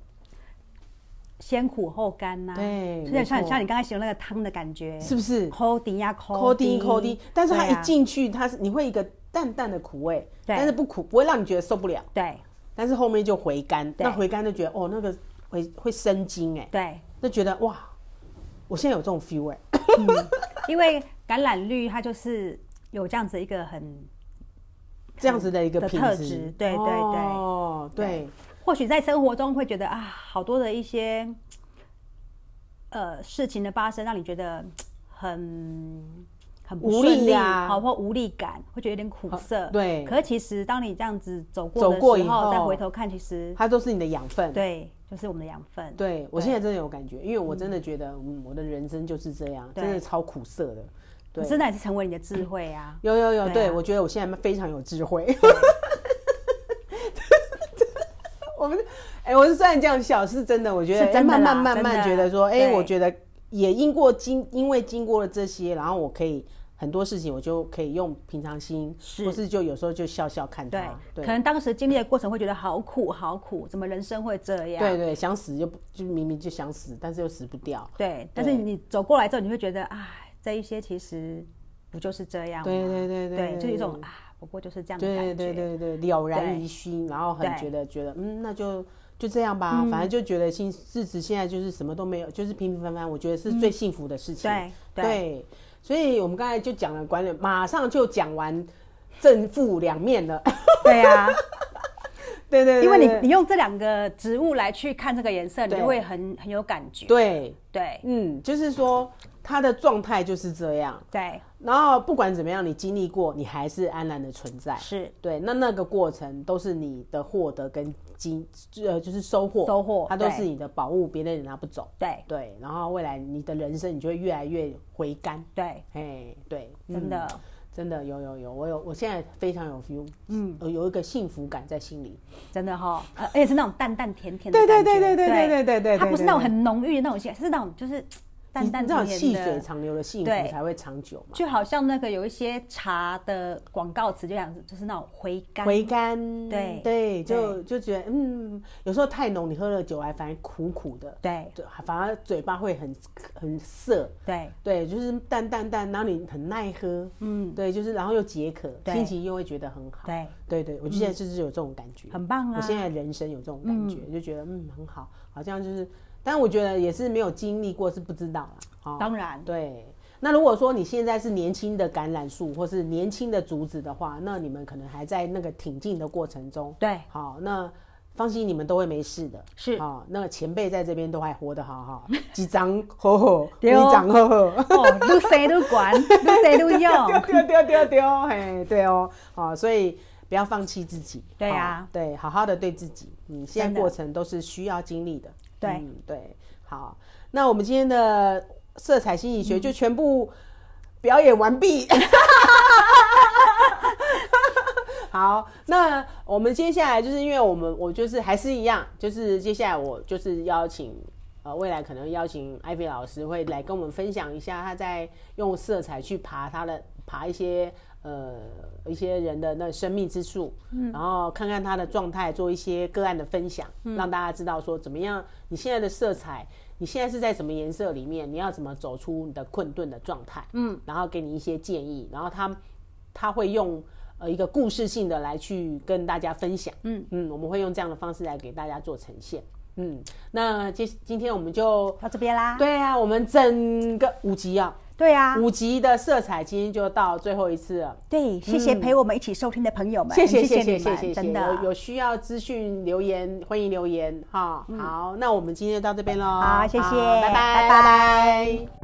[SPEAKER 2] 先苦后甘呐、
[SPEAKER 1] 对
[SPEAKER 2] 所以像
[SPEAKER 1] 没错
[SPEAKER 2] 像你刚才形容那个汤的感觉，
[SPEAKER 1] 是不是？
[SPEAKER 2] 抠丁呀抠
[SPEAKER 1] 抠滴抠滴，但是它
[SPEAKER 2] 哦对啊
[SPEAKER 1] 一进去，它是你会一个淡淡的苦味，
[SPEAKER 2] 对
[SPEAKER 1] 但是不苦，不会让你觉得受不了，
[SPEAKER 2] 对
[SPEAKER 1] 但是后面就回甘，
[SPEAKER 2] 对
[SPEAKER 1] 那回甘就觉得哦，那个会会生津哎、
[SPEAKER 2] 对，
[SPEAKER 1] 就觉得哇，我现在有这种 feel 哎、
[SPEAKER 2] 因为橄榄绿它就是有这样子一个很，
[SPEAKER 1] 这样子的一个
[SPEAKER 2] 的
[SPEAKER 1] 品
[SPEAKER 2] 特质
[SPEAKER 1] 质，
[SPEAKER 2] 对对对
[SPEAKER 1] 哦，对，
[SPEAKER 2] 或许在生活中会觉得啊，好多的一些呃事情的发生，让你觉得很。很不
[SPEAKER 1] 无
[SPEAKER 2] 顺
[SPEAKER 1] 力
[SPEAKER 2] 利
[SPEAKER 1] 啊
[SPEAKER 2] 好或无力感，会觉得有点苦涩。
[SPEAKER 1] 对
[SPEAKER 2] 可是其实当你这样子走过
[SPEAKER 1] 走
[SPEAKER 2] 的时
[SPEAKER 1] 过以
[SPEAKER 2] 候，再
[SPEAKER 1] 后
[SPEAKER 2] 回头看，其实
[SPEAKER 1] 它都是你的养分。
[SPEAKER 2] 对，就是我们的养分。
[SPEAKER 1] 对我现在真的有感觉，因为我真的觉得，嗯，我的人生就是这样，
[SPEAKER 2] 对
[SPEAKER 1] 真的超苦涩的。
[SPEAKER 2] 可
[SPEAKER 1] 对，
[SPEAKER 2] 是那也是成为你的智慧啊。
[SPEAKER 1] 有有有，
[SPEAKER 2] 对啊
[SPEAKER 1] 对我觉得我现在非常有智 慧。我们，哎，我是虽然这样笑，是真的，我觉得
[SPEAKER 2] 是
[SPEAKER 1] 哎
[SPEAKER 2] 真的
[SPEAKER 1] 慢慢
[SPEAKER 2] 啦
[SPEAKER 1] 慢
[SPEAKER 2] 真
[SPEAKER 1] 慢
[SPEAKER 2] 的
[SPEAKER 1] 觉得说，哎，
[SPEAKER 2] 对
[SPEAKER 1] 我觉得也因过经，因为经过了这些，然后我可以很多事情，我就可以用平常心，
[SPEAKER 2] 是
[SPEAKER 1] 或是就有时候就笑笑看
[SPEAKER 2] 对
[SPEAKER 1] 它，，
[SPEAKER 2] 可能当时经历的过程会觉得好苦，好苦，怎么人生会这样？
[SPEAKER 1] 对对，想死就不就明明就想死，但是又死不掉。
[SPEAKER 2] 对但是你走过来之后，你会觉得，哎，这一些其实不就是这样吗？
[SPEAKER 1] 对对对
[SPEAKER 2] 对
[SPEAKER 1] 对，
[SPEAKER 2] 就有一种啊，不过就是这样的感
[SPEAKER 1] 对
[SPEAKER 2] 觉。
[SPEAKER 1] 对对对了然
[SPEAKER 2] 对
[SPEAKER 1] 于心，然后很
[SPEAKER 2] 对嗯
[SPEAKER 1] 觉得觉得嗯，那就就这样吧，反正就觉得幸日子现在就是什么都没有，就是平平凡凡，我觉得是最幸福的事情。
[SPEAKER 2] 嗯对对
[SPEAKER 1] 对，所以我们刚才就讲了观点，马上就讲完正负两面 了。
[SPEAKER 2] 对啊，
[SPEAKER 1] 对对对，
[SPEAKER 2] 因为
[SPEAKER 1] 对
[SPEAKER 2] 你你用这两个植物来去看这个颜色，你
[SPEAKER 1] 对
[SPEAKER 2] 就会很很有感觉。
[SPEAKER 1] 对，
[SPEAKER 2] 对
[SPEAKER 1] 嗯，就是说他的状态就是这样，
[SPEAKER 2] 对，
[SPEAKER 1] 然后不管怎么样，你经历过，你还是安然的存在。
[SPEAKER 2] 是
[SPEAKER 1] 对，那那个过程都是你的获得跟金，呃，就是收获，
[SPEAKER 2] 收获
[SPEAKER 1] 它都
[SPEAKER 2] 对
[SPEAKER 1] 是你的宝物，别人也拿不走。
[SPEAKER 2] 对
[SPEAKER 1] 对，然后未来你的人生，你就会越来越回甘。
[SPEAKER 2] 对，
[SPEAKER 1] 哎，对，
[SPEAKER 2] 真
[SPEAKER 1] 嗯
[SPEAKER 2] 的，
[SPEAKER 1] 真的有有有，我有，我现在非常有 feel，嗯，有一个幸福感在心里。
[SPEAKER 2] 真的哈、呃而且是那种淡淡甜甜的
[SPEAKER 1] 对
[SPEAKER 2] 感
[SPEAKER 1] 对
[SPEAKER 2] 觉。
[SPEAKER 1] 对对对对对对对，
[SPEAKER 2] 它不是那种
[SPEAKER 1] 对
[SPEAKER 2] 很浓郁的那种香，是那种就是淡淡
[SPEAKER 1] 你知道
[SPEAKER 2] 甜
[SPEAKER 1] 细
[SPEAKER 2] 甜
[SPEAKER 1] 水
[SPEAKER 2] 的，
[SPEAKER 1] 长流的幸福
[SPEAKER 2] 对
[SPEAKER 1] 才会长久嘛。
[SPEAKER 2] 就好像那个有一些茶的广告词，就讲就是那种回甘。
[SPEAKER 1] 回甘，
[SPEAKER 2] 对
[SPEAKER 1] 对，就就觉得嗯，有时候太浓，你喝了酒还反而苦苦的，
[SPEAKER 2] 对
[SPEAKER 1] 对，反而嘴巴会很很涩，
[SPEAKER 2] 对
[SPEAKER 1] 对，就是淡淡淡，然后你很耐喝，嗯，对，就是然后又解渴，
[SPEAKER 2] 对
[SPEAKER 1] 心情又会觉得很好。
[SPEAKER 2] 对，
[SPEAKER 1] 对对，我就现在就是有这种感觉，
[SPEAKER 2] 很棒
[SPEAKER 1] 我
[SPEAKER 2] 啊！
[SPEAKER 1] 现在人生有这种感觉，就觉得嗯很好，好像就是，但我觉得也是没有经历过是不知道啦。哦，
[SPEAKER 2] 当然，
[SPEAKER 1] 对。那如果说你现在是年轻的橄榄树或是年轻的竹子的话，那你们可能还在那个挺进的过程中。
[SPEAKER 2] 对
[SPEAKER 1] 好，那放心，你们都会没事的。
[SPEAKER 2] 是
[SPEAKER 1] 哦，那个前辈在这边都还活得好 好，几张吼吼，几
[SPEAKER 2] 对哦
[SPEAKER 1] 张吼吼。
[SPEAKER 2] 哦，愈生愈管， 愈生愈用，
[SPEAKER 1] 丢丢丢丢，嘿，对哦，好、所以不要放弃自己。
[SPEAKER 2] 对啊
[SPEAKER 1] 好对，好好的对自己，嗯，现在
[SPEAKER 2] 真的
[SPEAKER 1] 过程都是需要经历的。
[SPEAKER 2] 对
[SPEAKER 1] 嗯、对，好，那我们今天的色彩心理学
[SPEAKER 2] 嗯
[SPEAKER 1] 就全部表演完毕。 好，那我们接下来就是因为我们我就是还是一样，就是接下来我就是邀请呃未来可能邀请艾菲老师会来跟我们分享一下他在用色彩去爬他的爬一些呃一些人的那生命之树，然后看看他的状态，做一些个案的分享，让大家知道说怎么样你现在的色彩。你现在是在什么颜色里面？你要怎么走出你的困顿的状态？嗯，然后给你一些建议，然后他他会用呃一个故事性的来去跟大家分享。嗯嗯，我们会用这样的方式来给大家做呈现。嗯，那今今天我们就
[SPEAKER 2] 到这边啦。
[SPEAKER 1] 对啊，我们整个五集啊，
[SPEAKER 2] 对啊，
[SPEAKER 1] 五集的色彩今天就到最后一次了。
[SPEAKER 2] 对，谢谢陪我们一起收听的朋友们，
[SPEAKER 1] 嗯谢谢
[SPEAKER 2] 很
[SPEAKER 1] 谢
[SPEAKER 2] 嗯谢
[SPEAKER 1] 谢
[SPEAKER 2] 你
[SPEAKER 1] 谢
[SPEAKER 2] 们
[SPEAKER 1] 谢，
[SPEAKER 2] 真
[SPEAKER 1] 有
[SPEAKER 2] 的。
[SPEAKER 1] 有需要资讯留言，欢迎留言哈。好，那我们今天就到这边喽。
[SPEAKER 2] 嗯好谢谢
[SPEAKER 1] 拜拜
[SPEAKER 2] 拜
[SPEAKER 1] 拜拜。